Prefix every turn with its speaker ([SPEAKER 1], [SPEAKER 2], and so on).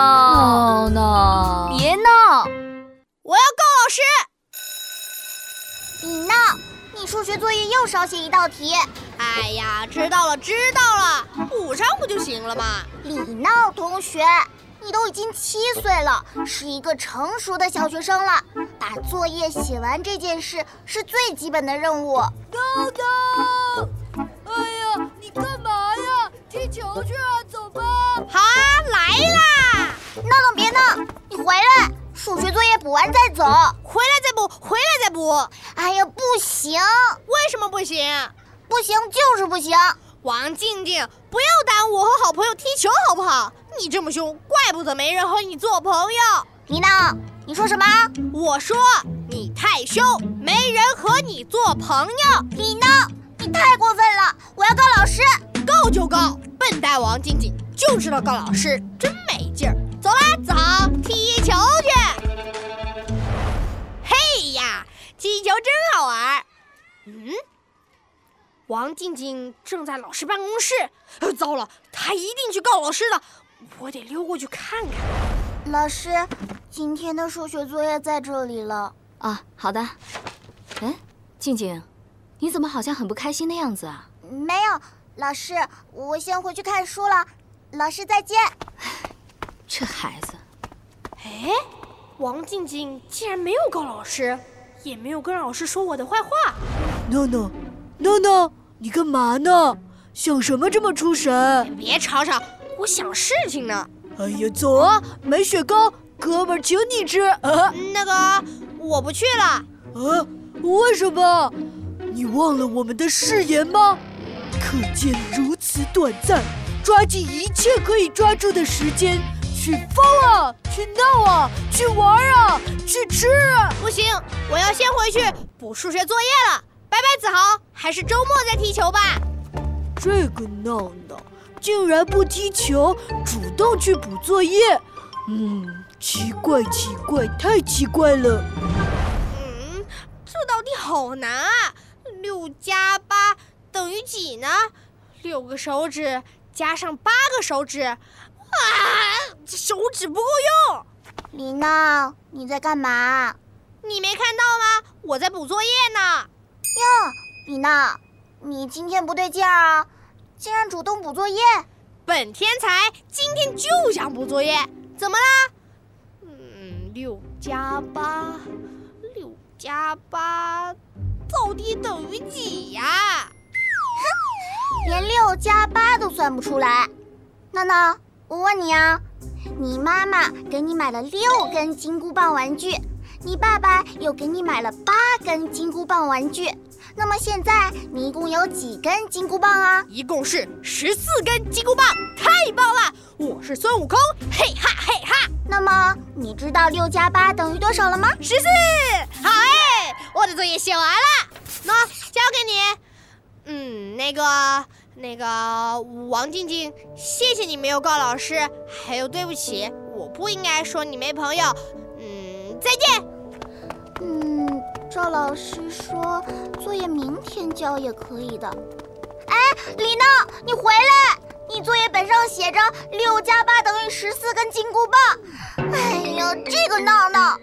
[SPEAKER 1] 闹闹，
[SPEAKER 2] 别闹！
[SPEAKER 3] 我要告老师！
[SPEAKER 4] 你闹！你数学作业又少写一道题。
[SPEAKER 3] 哎呀，知道了知道了，补上不就行了吗？
[SPEAKER 4] 李闹同学，你都已经七岁了，是一个成熟的小学生了。把作业写完这件事是最基本的任务。
[SPEAKER 1] 闹闹，哎呀，你干嘛呀？踢球去啊，走吧。
[SPEAKER 3] 好啊，来啦！
[SPEAKER 4] 闹闹别闹，你回来，数学作业补完再走。
[SPEAKER 3] 回来再补，回来再补。
[SPEAKER 4] 哎呀，不行！
[SPEAKER 3] 为什么不行？
[SPEAKER 4] 不行就是不行。
[SPEAKER 3] 王静静，不要打我和好朋友踢球好不好？你这么凶，怪不得没人和你做朋友。
[SPEAKER 4] 李闹，你说什么？
[SPEAKER 3] 我说你太凶，没人和你做朋友。
[SPEAKER 4] 李闹，你太过分了，我要告老师！
[SPEAKER 3] 告就告，笨蛋王静静就知道告老师，真没劲儿。走啦，走，踢球去。嘿呀，踢球真好玩儿。嗯。王静静正在老师办公室。呃糟了，她一定去告老师了，我得溜过去看看。
[SPEAKER 4] 老师，今天的数学作业在这里了。
[SPEAKER 1] 啊，好的。哎，静静，你怎么好像很不开心的样子啊？
[SPEAKER 4] 没有，老师，我先回去看书了。老师再见。
[SPEAKER 1] 这孩子，
[SPEAKER 3] 哎，王静静竟然没有告老师，也没有跟老师说我的坏话。
[SPEAKER 5] 诺诺，诺诺，你干嘛呢？想什么这么出神？
[SPEAKER 3] 哎别吵吵，我想事情呢。
[SPEAKER 5] 哎呀，走啊，买雪糕，哥们儿请你吃。啊
[SPEAKER 3] 那个，我不去了。
[SPEAKER 5] 啊，为什么？你忘了我们的誓言吗？课间如此短暂，抓紧一切可以抓住的时间，去疯啊，去闹啊，去玩啊，去吃啊！
[SPEAKER 3] 不行，我要先回去补数学作业了。拜拜，子豪，还是周末再踢球吧。
[SPEAKER 5] 这个闹闹竟然不踢球，主动去补作业，嗯，奇怪奇怪，太奇怪了。
[SPEAKER 3] 嗯，这道题好难啊！六加八等于几呢？六个手指加上八个手指，啊，这手指不够用。
[SPEAKER 4] 李闹，你在干嘛？
[SPEAKER 3] 你没看到吗？我在补作业呢。
[SPEAKER 4] 李闹，你今天不对劲儿啊，竟然主动补作业。
[SPEAKER 3] 本天才今天就想补作业，怎么啦？嗯，六加八，六加八，到底等于几呀、
[SPEAKER 4] 连六加八都算不出来。闹闹，我问你啊，你妈妈给你买了六根金箍棒玩具，你爸爸又给你买了八根金箍棒玩具，那么现在你一共有几根金箍棒啊？
[SPEAKER 3] 一共是十四根金箍棒，太棒了！我是孙悟空，嘿哈嘿哈，
[SPEAKER 4] 那么你知道六加八等于多少了吗？
[SPEAKER 3] 十四，好哎！我的作业写完了，喏，交给你。嗯，那个那个王静静，谢谢你没有告老师，还有对不起，我不应该说你没朋友。嗯，再见。
[SPEAKER 4] 嗯，赵老师说作业明天交也可以的。哎，李闹，你回来！你作业本上写着六加八等于十四根金箍棒。哎呦，这个闹闹！